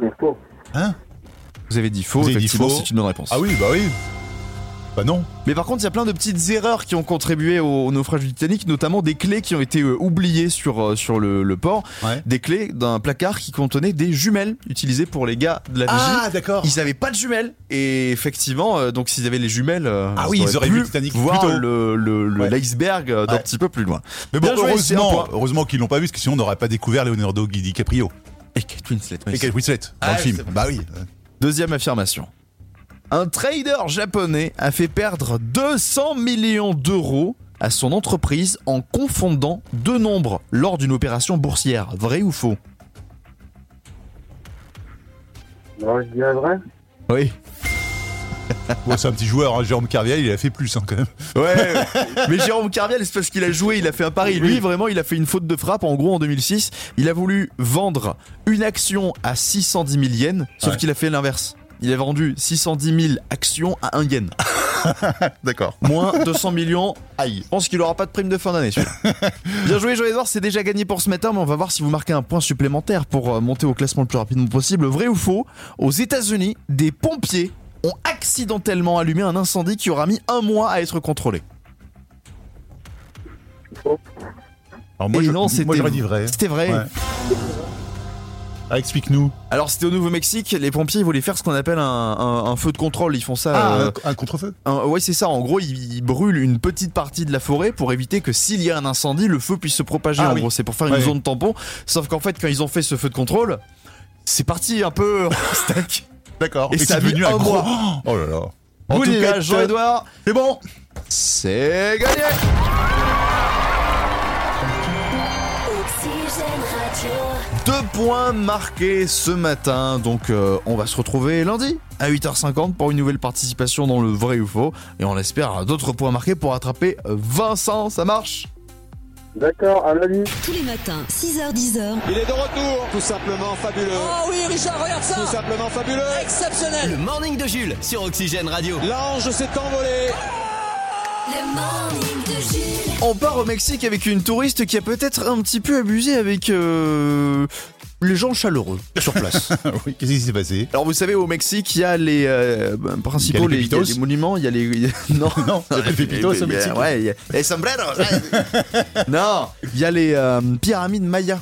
Speaker 10: Mais faux.
Speaker 2: Hein
Speaker 1: Vous avez dit faux,
Speaker 2: Vous avez dit
Speaker 1: effectivement,
Speaker 2: faux.
Speaker 1: c'est une bonne réponse.
Speaker 2: Ah oui, bah oui. Bah non.
Speaker 1: Mais par contre, il y a plein de petites erreurs qui ont contribué au, au naufrage du Titanic, notamment des clés qui ont été euh, oubliées sur, euh, sur le, le port.
Speaker 2: Ouais.
Speaker 1: Des clés d'un placard qui contenait des jumelles utilisées pour les gars de la vigie.
Speaker 2: Ah, d'accord.
Speaker 1: Ils n'avaient pas de jumelles. Et effectivement, euh, donc s'ils avaient les jumelles, euh,
Speaker 2: Ah oui,
Speaker 1: on aurait
Speaker 2: ils auraient
Speaker 1: pu
Speaker 2: vu le Titanic plus
Speaker 1: voir
Speaker 2: tôt.
Speaker 1: le- le- le-
Speaker 2: Ouais.
Speaker 1: l'iceberg euh, d'un
Speaker 2: Ouais.
Speaker 1: petit peu plus loin.
Speaker 2: Mais bon,
Speaker 1: Bien joué, c'est un
Speaker 2: heureusement, euh,
Speaker 1: point.
Speaker 2: heureusement qu'ils l'ont pas vu, parce que sinon on n'aurait pas découvert Leonardo Di- DiCaprio
Speaker 1: Et Kate Winslet, oui.
Speaker 2: et Kate Winslet dans
Speaker 1: Ah,
Speaker 2: le
Speaker 1: oui,
Speaker 2: film.
Speaker 1: c'est vrai.
Speaker 2: Bah oui.
Speaker 1: Deuxième affirmation. Un trader japonais a fait perdre 200 millions d'euros à son entreprise en confondant deux nombres lors d'une opération boursière. Vrai ou faux
Speaker 10: Non, je dis la vrai.
Speaker 1: Oui.
Speaker 2: Ouais, c'est un petit joueur, hein, Jérôme Carviel, il a fait plus hein, quand même.
Speaker 1: Ouais. Mais Jérôme Carviel, c'est parce qu'il a joué, il a fait un pari. Lui, vraiment, il a fait une faute de frappe. En gros, en 2006, il a voulu vendre une action à 610 000 yens, sauf
Speaker 2: Ouais.
Speaker 1: qu'il a fait l'inverse. Il a vendu 610 000 actions à 1 yen.
Speaker 2: D'accord.
Speaker 1: Moins 200 millions
Speaker 2: Aïe.
Speaker 1: Je pense qu'il aura pas de prime de fin d'année celui-là. Bien joué Jean-Edouard, c'est déjà gagné pour ce matin, mais on va voir si vous marquez un point supplémentaire pour euh, monter au classement le plus rapidement possible. Vrai ou faux Aux États-Unis, des pompiers ont accidentellement allumé un incendie qui aura mis un mois à être contrôlé.
Speaker 2: Alors moi,
Speaker 1: Et
Speaker 2: je,
Speaker 1: non,
Speaker 2: moi
Speaker 1: c'était-
Speaker 2: j'aurais dit vrai.
Speaker 1: C'était vrai.
Speaker 2: Ouais. Ah, explique-nous.
Speaker 1: Alors c'était au Nouveau-Mexique, les pompiers ils voulaient faire ce qu'on appelle un, un- un feu de contrôle, ils font ça. euh,
Speaker 2: un, un contre-feu
Speaker 1: Un- ouais, c'est ça. En gros, ils, ils brûlent une petite partie de la forêt pour éviter que s'il y a un incendie, le feu puisse se propager.
Speaker 2: Ah
Speaker 1: en
Speaker 2: oui.
Speaker 1: gros, c'est pour faire une
Speaker 2: Ouais.
Speaker 1: zone tampon. Sauf qu'en fait, quand ils ont fait ce feu de contrôle, c'est parti un peu en steak.
Speaker 2: D'accord.
Speaker 1: Et ça
Speaker 2: c'est
Speaker 1: a mis
Speaker 2: devenu
Speaker 1: un
Speaker 2: gros-
Speaker 1: mois.
Speaker 2: Oh là là.
Speaker 1: En
Speaker 2: Vous
Speaker 1: tout
Speaker 2: les
Speaker 1: cas,
Speaker 2: gâtes.
Speaker 1: Jean-Edouard,
Speaker 2: C'est bon.
Speaker 1: c'est gagné.
Speaker 4: Oxygène Radio.
Speaker 1: Deux points marqués ce matin, donc euh, on va se retrouver lundi à 8h50 pour une nouvelle participation dans le vrai ou faux. Et on espère d'autres points marqués pour attraper euh, Vincent, ça marche
Speaker 10: D'accord, à lundi.
Speaker 4: Tous les matins, 6h10h.
Speaker 11: Il est de retour, tout simplement fabuleux.
Speaker 12: Oh oui, Richard, regarde ça
Speaker 11: Tout simplement fabuleux.
Speaker 12: Exceptionnel
Speaker 9: Le morning de Jules sur Oxygène Radio.
Speaker 11: L'ange s'est envolé.
Speaker 4: Le morning de Jules.
Speaker 1: On part au Mexique avec une touriste qui a peut-être un petit peu abusé avec euh, les gens chaleureux sur place.
Speaker 2: Ah oui, qu'est-ce qui s'est passé
Speaker 1: Alors vous savez, au Mexique, il y a les euh, bah, principaux,
Speaker 2: Il y a les
Speaker 1: les, il y a
Speaker 2: pépitos.
Speaker 1: les monuments, il y a les... il y a- Non,
Speaker 2: Non, il y a pas de pépitos au
Speaker 1: il y a-
Speaker 2: Mexique.
Speaker 1: Ouais, il y a les sombreros. ouais. non, il y a les euh, pyramides mayas.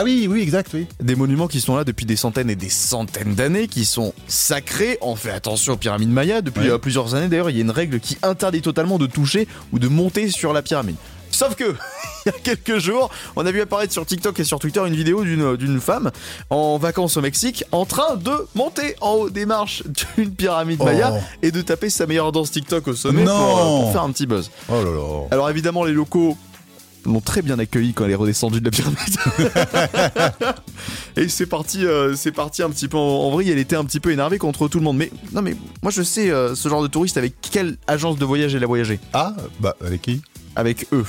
Speaker 2: Ah oui, oui, exact, oui.
Speaker 1: Des monuments qui sont là depuis des centaines et des centaines d'années, qui sont sacrés. On fait attention aux pyramides mayas. Depuis
Speaker 2: Ouais.
Speaker 1: euh, plusieurs années, d'ailleurs, il y a une règle qui interdit totalement de toucher ou de monter sur la pyramide. Sauf que, il y a quelques jours, on a vu apparaître sur TikTok et sur Twitter une vidéo d'une euh, d'une femme en vacances au Mexique en train de monter en haut des marches d'une pyramide maya
Speaker 2: Oh.
Speaker 1: et de taper sa meilleure danse TikTok au sommet pour,
Speaker 2: Non.
Speaker 1: euh, pour faire un petit buzz.
Speaker 2: Oh là là.
Speaker 1: Alors évidemment, les locaux l'ont très bien accueilli quand elle est redescendue de la pyramide. et c'est parti, euh, c'est parti un petit peu en, en vrille. Elle était un petit peu énervée contre tout le monde. Mais non, mais moi je sais euh, ce genre de touriste avec quelle agence de voyage elle a voyagé.
Speaker 2: Ah, bah, avec qui
Speaker 1: Avec eux.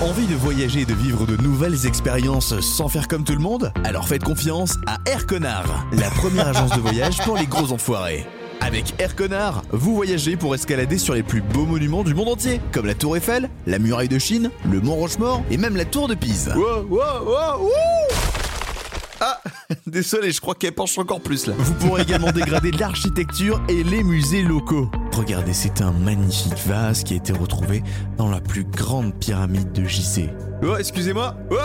Speaker 9: Envie de voyager et de vivre de nouvelles expériences sans faire comme tout le monde Alors faites confiance à Air Connard, la première agence de voyage pour les gros enfoirés. Avec Air Connard, vous voyagez pour escalader sur les plus beaux monuments du monde entier, comme la Tour Eiffel, la Muraille de Chine, le Mont Rochemort et même la Tour de Pise.
Speaker 1: Wow, wow, wow, wouh Ah, désolé, je crois qu'elle penche encore plus là.
Speaker 9: Vous pourrez également dégrader l'architecture et les musées locaux. Regardez, c'est un magnifique vase qui a été retrouvé dans la plus grande pyramide de JC.
Speaker 1: Oh, excusez-moi. Oh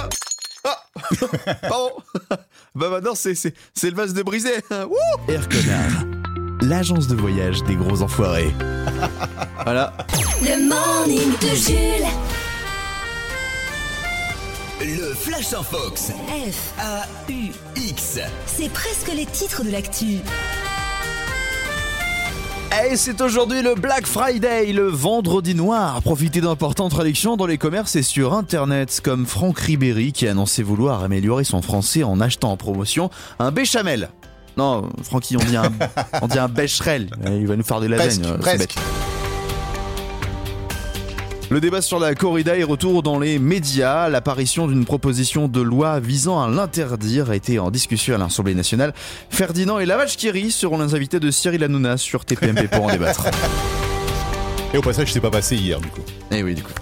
Speaker 1: Ah Pardon Bah maintenant, c'est c'est- c'est le vase de brisé. Wouh
Speaker 9: Air Connard, l'agence de voyage des gros enfoirés.
Speaker 1: voilà,
Speaker 4: Le morning de Jules.
Speaker 5: Le Flash en Fox.
Speaker 4: F,
Speaker 5: X.
Speaker 4: c'est presque les titres de l'actu.
Speaker 1: Et c'est aujourd'hui le Black Friday, le vendredi noir. Profitez d'importantes réductions dans les commerces et sur Internet, comme Franck Ribéry qui annonçait vouloir améliorer son français en achetant en promotion un béchamel. Non, Francky, on dit un, on dit un bécherel. Il va nous faire des lasagnes.
Speaker 2: Presque,
Speaker 1: euh, c'est
Speaker 2: presque.
Speaker 1: le débat sur la corrida est retour dans les médias. L'apparition d'une proposition de loi visant à l'interdire a été en discussion à l'Assemblée nationale. Ferdinand et Lavage Thierry seront les invités de Cyril Hanouna sur TPMP pour en débattre.
Speaker 2: Et au passage, c'est pas passé hier, du coup.
Speaker 1: Eh oui, du coup.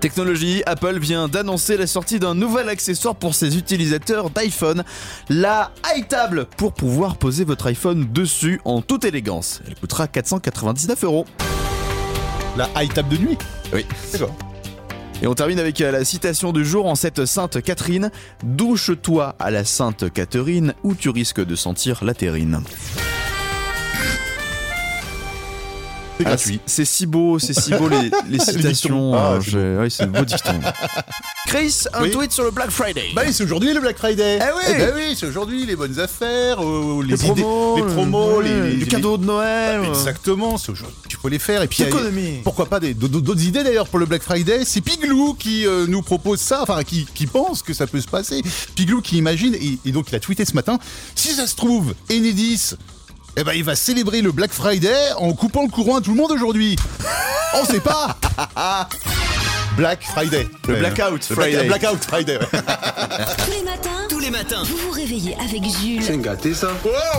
Speaker 1: Technologie, Apple vient d'annoncer la sortie d'un nouvel accessoire pour ses utilisateurs d'iPhone, la iTable, pour pouvoir poser votre iPhone dessus en toute élégance. Elle coûtera 499 euros.
Speaker 2: La high table de nuit
Speaker 1: Oui.
Speaker 2: D'accord.
Speaker 1: Et on termine avec euh, la citation du jour en cette Sainte Catherine. Douche-toi à la Sainte Catherine ou tu risques de sentir la terrine.
Speaker 2: C'est
Speaker 1: Ah,
Speaker 2: gratuit.
Speaker 1: c'est- c'est si beau, c'est si beau les, les citations.
Speaker 2: dicton. Ah,
Speaker 1: euh,
Speaker 2: c'est
Speaker 1: je- ouais, c'est beau dicton. Chris, un
Speaker 2: Oui.
Speaker 1: tweet sur le Black Friday.
Speaker 2: Bah oui, c'est aujourd'hui le Black Friday.
Speaker 1: Eh oui.
Speaker 2: ben oui, c'est aujourd'hui les bonnes affaires, euh,
Speaker 1: les,
Speaker 2: les,
Speaker 1: promos, euh,
Speaker 2: idées- les promos,
Speaker 1: ouais,
Speaker 2: les, les-
Speaker 1: les
Speaker 2: les-
Speaker 1: cadeaux de Noël.
Speaker 2: Ah,
Speaker 1: ouais.
Speaker 2: Exactement, c'est aujourd'hui qu'il faut les faire. Et puis, il y a-
Speaker 1: Économie.
Speaker 2: pourquoi pas des- d'autres d'autres idées d'ailleurs pour le Black Friday C'est Piglou qui euh, nous propose ça, enfin qui, qui pense que ça peut se passer. Piglou qui imagine, et, et donc il a tweeté ce matin, si ça se trouve, Enedis, eh ben, il va célébrer le Black Friday en coupant le courant à tout le monde aujourd'hui. On sait pas Black Friday.
Speaker 1: Le
Speaker 2: Ouais.
Speaker 1: Blackout
Speaker 2: Le Black-
Speaker 1: Friday.
Speaker 2: Blackout Friday. ouais.
Speaker 4: Tous les matins,
Speaker 9: Tous les matins,
Speaker 4: vous vous réveillez avec Jules.
Speaker 10: C'est gâté ça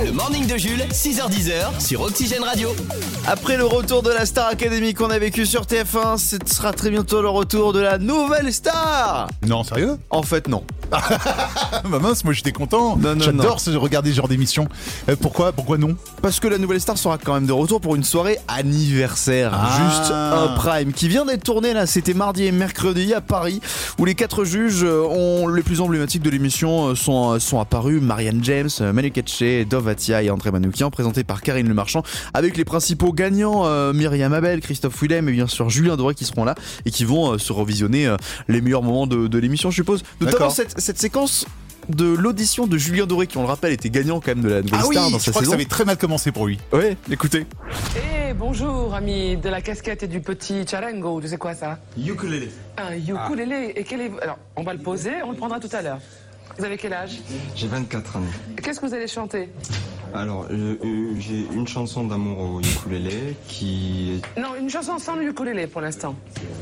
Speaker 9: le morning de Jules, 6h10 sur Oxygène Radio.
Speaker 1: Après le retour de la Star Academy qu'on a vécu sur TF1, ce sera très bientôt le retour de la nouvelle star.
Speaker 2: Non, sérieux
Speaker 1: En fait, non.
Speaker 2: Ah bah mince, moi j'étais content.
Speaker 1: Non, non, non.
Speaker 2: J'adore ce- regarder ce genre d'émission. Euh, pourquoi Pourquoi non
Speaker 1: Parce que la nouvelle star sera quand même de retour pour une soirée anniversaire,
Speaker 2: Ah.
Speaker 1: juste un prime, qui vient d'être tournée là, c'était mardi et mercredi à Paris, où les quatre juges euh, ont, les plus emblématiques de l'émission euh, sont, euh, sont apparus, Marianne James, euh, Manu Katché, Dov Atia et André Manoukian, présentés par Karine Le Marchand, avec les principaux gagnants, euh, Myriam Abel, Christophe Willem et bien sûr Julien Doré qui seront là et qui vont euh, se revisionner euh, les meilleurs moments de, de l'émission, je suppose. Notamment
Speaker 2: D'accord.
Speaker 1: cette, cette séquence de l'audition de Julien Doré qui on le rappelle était gagnant quand même de la nouvelle
Speaker 2: Ah oui,
Speaker 1: star dans
Speaker 2: je
Speaker 1: sa
Speaker 2: crois que
Speaker 1: saison
Speaker 2: ça avait très mal commencé pour lui.
Speaker 1: Ouais, écoutez.
Speaker 13: Eh
Speaker 12: bonjour, ami de la casquette et du petit charango. Tu sais quoi ça
Speaker 13: Ukulélé.
Speaker 12: Un
Speaker 13: Ah.
Speaker 12: ukulélé. Et quel est. Alors, on va le poser, on le prendra tout à l'heure. Vous avez quel âge
Speaker 13: J'ai 24 années.
Speaker 12: Qu'est-ce que vous allez chanter
Speaker 13: Alors, euh, euh, j'ai une chanson d'amour au ukulélé qui.
Speaker 12: Non, une chanson sans le ukulélé pour l'instant.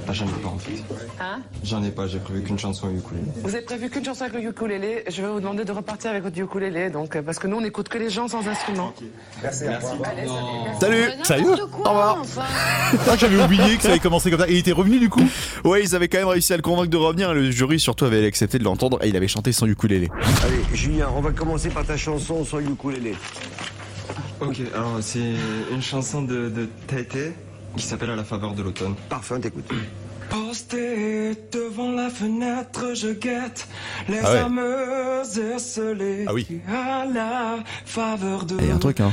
Speaker 13: Ah, j'en ai pas en fait.
Speaker 12: Hein
Speaker 13: J'en ai pas, j'ai prévu qu'une chanson au ukulélé.
Speaker 12: Vous avez prévu qu'une chanson avec le ukulélé. Je vais vous demander de repartir avec votre ukulélé, donc, euh, parce que nous, on n'écoute que les gens sans instrument.
Speaker 13: Merci.
Speaker 12: Allez,
Speaker 1: Salut
Speaker 2: Salut Au
Speaker 1: revoir
Speaker 2: Ah, J'avais oublié que ça avait commencé comme ça. Et il était revenu du coup
Speaker 1: Ouais, ils avaient quand même réussi à le convaincre de revenir. Le jury surtout avait accepté de l'entendre et il avait chanté sans ukulélé.
Speaker 5: Allez, Julien, on va commencer par ta chanson sur ukulélé.
Speaker 13: Ok, alors c'est une chanson de, de Taïté qui s'appelle À la faveur de l'automne.
Speaker 5: Parfait, on t'écoute.
Speaker 11: Posté devant la fenêtre, je guette les
Speaker 1: Ah ouais.
Speaker 11: âmes esselées
Speaker 2: Ah oui.
Speaker 11: à la faveur de.
Speaker 1: Et Il y a un truc, hein.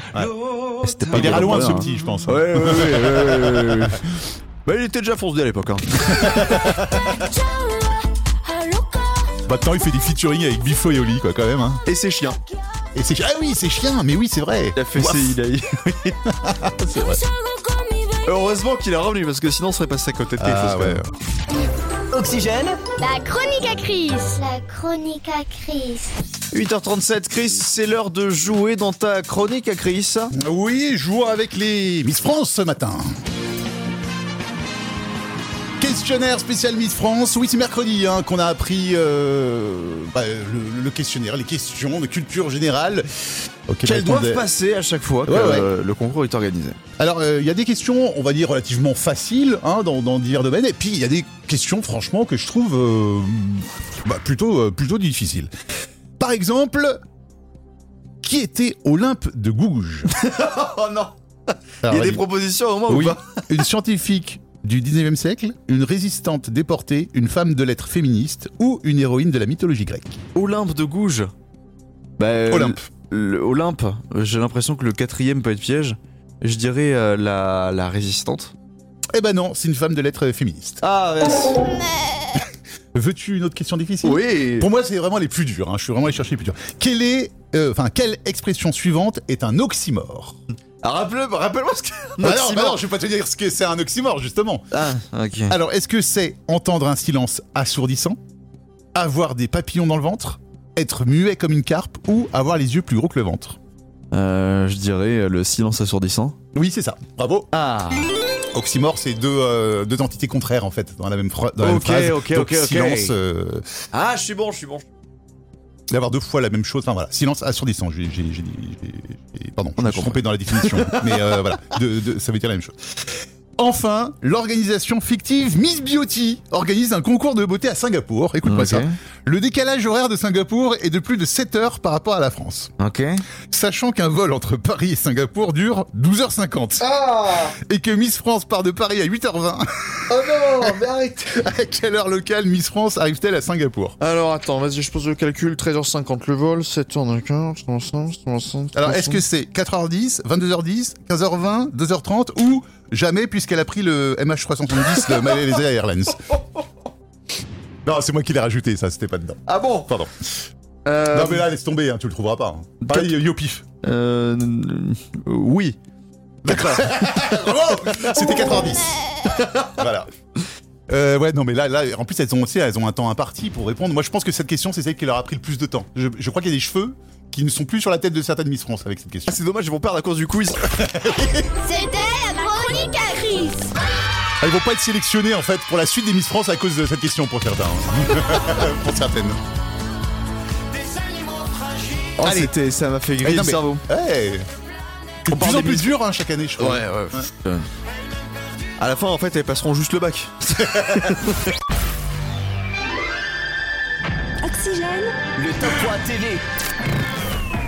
Speaker 1: C'était
Speaker 2: Il ira
Speaker 1: des
Speaker 2: loin,
Speaker 1: rappeurs,
Speaker 2: ce
Speaker 1: hein.
Speaker 2: petit, je pense.
Speaker 1: Ouais, ouais, ouais, ouais, ouais, ouais. Bah, il était déjà foncé à l'époque. Hein.
Speaker 2: Maintenant, Bah, il fait des featuring avec Biflo et Oli, quoi, quand même. hein.
Speaker 1: Et ses chiens.
Speaker 2: Et ses chiens. Ah oui, ses chiens, mais oui, c'est vrai.
Speaker 1: Il a fait ses- il a-
Speaker 2: c'est vrai.
Speaker 1: Heureusement qu'il est revenu parce que sinon on serait passé à côté de quelque chose.
Speaker 2: Ah,
Speaker 1: quand
Speaker 2: ouais.
Speaker 1: même.
Speaker 14: Oxygène. La chronique à Chris. La chronique à Chris.
Speaker 1: 8h37, Chris, c'est l'heure de jouer dans ta chronique à Chris.
Speaker 2: Oui, jouons avec les Miss France ce matin. Questionnaire spécial Miss France. Oui, c'est mercredi hein, qu'on a appris euh, bah, le, le questionnaire, les questions de culture générale.
Speaker 1: Qu'elles doivent
Speaker 2: répondait-
Speaker 1: passer à chaque fois que
Speaker 2: Ouais, ouais.
Speaker 1: euh, le concours est organisé.
Speaker 2: Alors, euh, il y a des questions, on va dire, relativement faciles hein, dans, dans divers domaines. Et puis, il y a des questions, franchement, que je trouve euh, bah, plutôt, euh, plutôt difficiles. Par exemple, qui était Olympe de Gouges
Speaker 1: oh non Il y a des propositions au moins
Speaker 2: Oui.
Speaker 1: ou pas
Speaker 2: Une scientifique du 19e siècle, une résistante déportée, une femme de lettres féministe ou une héroïne de la mythologie grecque.
Speaker 1: Olympe de Gouges. Bah,
Speaker 2: Olympe.
Speaker 1: l- Olympe, j'ai l'impression que le quatrième peut être piège. Je dirais euh, la, la résistante.
Speaker 2: Eh ben non, c'est une femme de lettres féministe.
Speaker 1: Ah,
Speaker 2: Veux-tu une autre question difficile
Speaker 1: Oui.
Speaker 2: Pour moi, c'est vraiment les plus durs. hein. Je suis vraiment allé chercher les plus durs. Quelle est, euh, enfin, quelle expression suivante est un oxymore
Speaker 1: Rappelle-moi Ah, ce que.
Speaker 2: Bah non, bah non, je vais pas te dire ce que c'est un oxymore justement.
Speaker 1: Ah, ok.
Speaker 2: Alors, est-ce que c'est entendre un silence assourdissant, avoir des papillons dans le ventre, être muet comme une carpe ou avoir les yeux plus gros que le ventre
Speaker 1: Euh, je dirais euh, le silence assourdissant.
Speaker 2: Oui, c'est ça. Bravo.
Speaker 1: Ah.
Speaker 2: Oxymore, c'est deux, euh, deux entités contraires en fait dans la même, phra- dans la même
Speaker 1: Ok,
Speaker 2: phrase.
Speaker 1: ok,
Speaker 2: Donc,
Speaker 1: ok, ok.
Speaker 2: Silence. euh,
Speaker 1: Ah, je suis bon, je suis bon.
Speaker 2: d'avoir deux fois la même chose. Enfin voilà, silence assourdissant. J'ai, j'ai- j'ai dit- j'ai- j'ai- pardon, je me suis trompé dans la définition. mais euh, voilà, de- de- ça veut dire la même chose. Enfin, l'organisation fictive Miss Beauty organise un concours de beauté à Singapour. Écoute-moi
Speaker 1: Ok.
Speaker 2: ça. Le décalage horaire de Singapour est de plus de 7 heures par rapport à la France.
Speaker 1: Ok.
Speaker 2: Sachant qu'un vol entre Paris et Singapour dure 12h50. et que Miss France part de Paris à 8h20.
Speaker 1: Ah Oh non, mais arrête
Speaker 2: à quelle heure locale Miss France arrive-t-elle à Singapour
Speaker 1: Alors attends, vas-y, je pose le calcul 13h50 le vol, 7h15, 15h15.
Speaker 2: Alors, est-ce que c'est 4h10, 22h10, 15h20, 2h30 ou jamais puisqu'elle a pris le MH370 de Malaysia Airlines Non, c'est moi qui l'ai rajouté, ça, c'était pas dedans.
Speaker 1: Ah bon
Speaker 2: Pardon. Non, mais là, laisse tomber, hein, tu le trouveras pas. hein. Pareil, yo pif.
Speaker 1: Euh. Oui. D'accord.
Speaker 2: C'était 4h10. voilà. Euh, ouais, non, mais là, là, en plus, elles ont, aussi, elles ont un temps imparti pour répondre. Moi, je pense que cette question, c'est celle qui leur a pris le plus de temps. Je, je crois qu'il y a des cheveux qui ne sont plus sur la tête de certaines Miss France avec cette question.
Speaker 1: Ah, c'est dommage, ils vont perdre à cause du quiz.
Speaker 14: C'était la chronique à Chris.
Speaker 2: Ah, Ils vont pas être sélectionnés en fait pour la suite des Miss France à cause de cette question pour certains. hein. pour certaines.
Speaker 1: Oh,
Speaker 2: Allez.
Speaker 1: c'était, ça m'a fait
Speaker 2: Eh,
Speaker 1: griller
Speaker 2: non,
Speaker 1: le
Speaker 2: mais-
Speaker 1: cerveau.
Speaker 2: Hey. De
Speaker 1: part
Speaker 2: plus en
Speaker 1: des
Speaker 2: plus
Speaker 1: Miss-
Speaker 2: dur hein, chaque année, je
Speaker 1: Ouais,
Speaker 2: crois.
Speaker 1: ouais. putain. À la fin, en fait, elles passeront juste le bac.
Speaker 4: Oxygène.
Speaker 5: Le top 3 TV.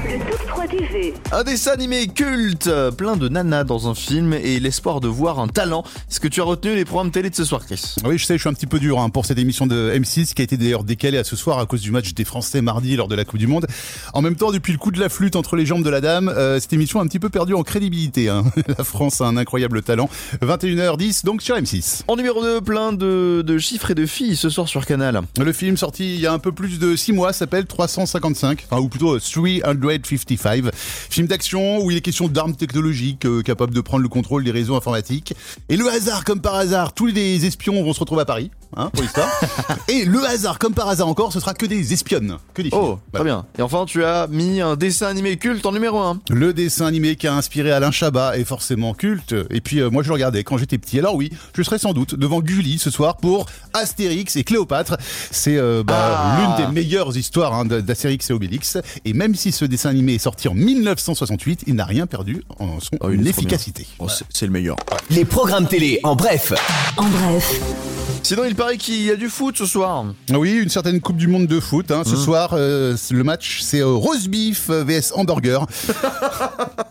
Speaker 4: Le top 3 TV.
Speaker 1: Un dessin animé culte, euh, plein de nanas dans un film et l'espoir de voir un talent. Est-ce que tu as retenu les programmes télé de ce soir, Chris
Speaker 2: Ah Oui, je sais, je suis un petit peu dur hein, pour cette émission de M6 qui a été d'ailleurs décalée à ce soir à cause du match des Français mardi lors de la Coupe du Monde. En même temps, depuis le coup de la flûte entre les jambes de la dame, euh, cette émission a un petit peu perdu en crédibilité. hein. La France a un incroyable talent. 21h10 donc sur M6.
Speaker 1: En numéro 2, plein de, de chiffres et de filles ce soir sur Canal.
Speaker 2: Le film sorti il y a un peu plus de 6 mois s'appelle 355, enfin, ou plutôt euh, 355 Fahrenheit 55, film d'action où il est question d'armes technologiques euh, capables de prendre le contrôle des réseaux informatiques. Et le hasard, comme par hasard, tous les espions vont se retrouver à Paris, hein, pour l'histoire. Et le hasard, comme par hasard encore, ce sera que des espionnes, que des filles.
Speaker 1: Oh, très bien. Et enfin, tu as mis un dessin animé culte en numéro 1.
Speaker 2: Le dessin animé qui a inspiré Alain Chabat est forcément culte. Et puis euh, moi je le regardais quand j'étais petit. Alors oui, je serais sans doute devant Gulli ce soir pour Astérix et Cléopâtre. C'est euh, bah,
Speaker 1: Ah.
Speaker 2: l'une des meilleures histoires hein, de- d'Astérix et Obélix. Et même si ce dessin animé est sorti en 1968, il n'a rien perdu en
Speaker 1: Oh,
Speaker 2: son Oh,
Speaker 1: Mmh,
Speaker 2: efficacité.
Speaker 1: C'est le meilleur.
Speaker 15: Les programmes télé, en bref.
Speaker 4: En bref.
Speaker 1: Sinon, il paraît qu'il y a du foot ce soir.
Speaker 2: Oui, une certaine Coupe du Monde de foot. hein. Ce soir, euh, c'est- le match, c'est euh, roast beef euh, vs hamburger.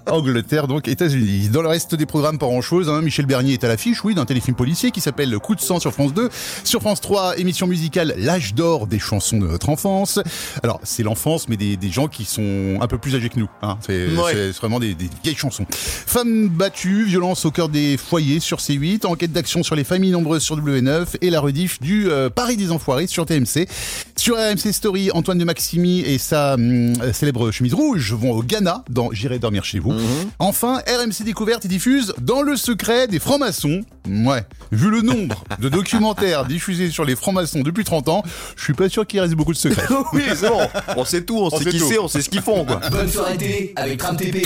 Speaker 2: Angleterre, donc États-Unis. Dans le reste des programmes, pas grand-chose. hein. Michel Bernier est à l'affiche, oui, d'un téléfilm policier qui s'appelle Coup de sang sur France 2. Sur France 3, émission musicale L'âge d'or des chansons de notre enfance. Alors, c'est l'enfance, mais des, des gens qui sont un peu plus âgés que nous. hein. C'est
Speaker 1: Ouais.
Speaker 2: c'est vraiment des, des vieilles chansons. Femmes battues, violence au cœur des foyers sur C8, enquête d'action sur les familles nombreuses sur W9 et la rediff du euh, Paris des Enfoirés sur TMC. Sur RMC Story, Antoine de Maximi et sa hum, euh, célèbre chemise rouge vont au Ghana dans J'irai dormir chez vous. Enfin, RMC Découverte diffuse Dans le secret des francs-maçons. Ouais, vu le nombre de documentaires diffusés sur les francs-maçons depuis 30 ans, je suis pas sûr qu'il reste beaucoup de secrets.
Speaker 1: oui, c'est bon. On sait tout, on, sait, qui
Speaker 2: tout.
Speaker 1: c'est, on sait ce qu'ils font, quoi.
Speaker 15: Bonne soirée télé avec Tram TP.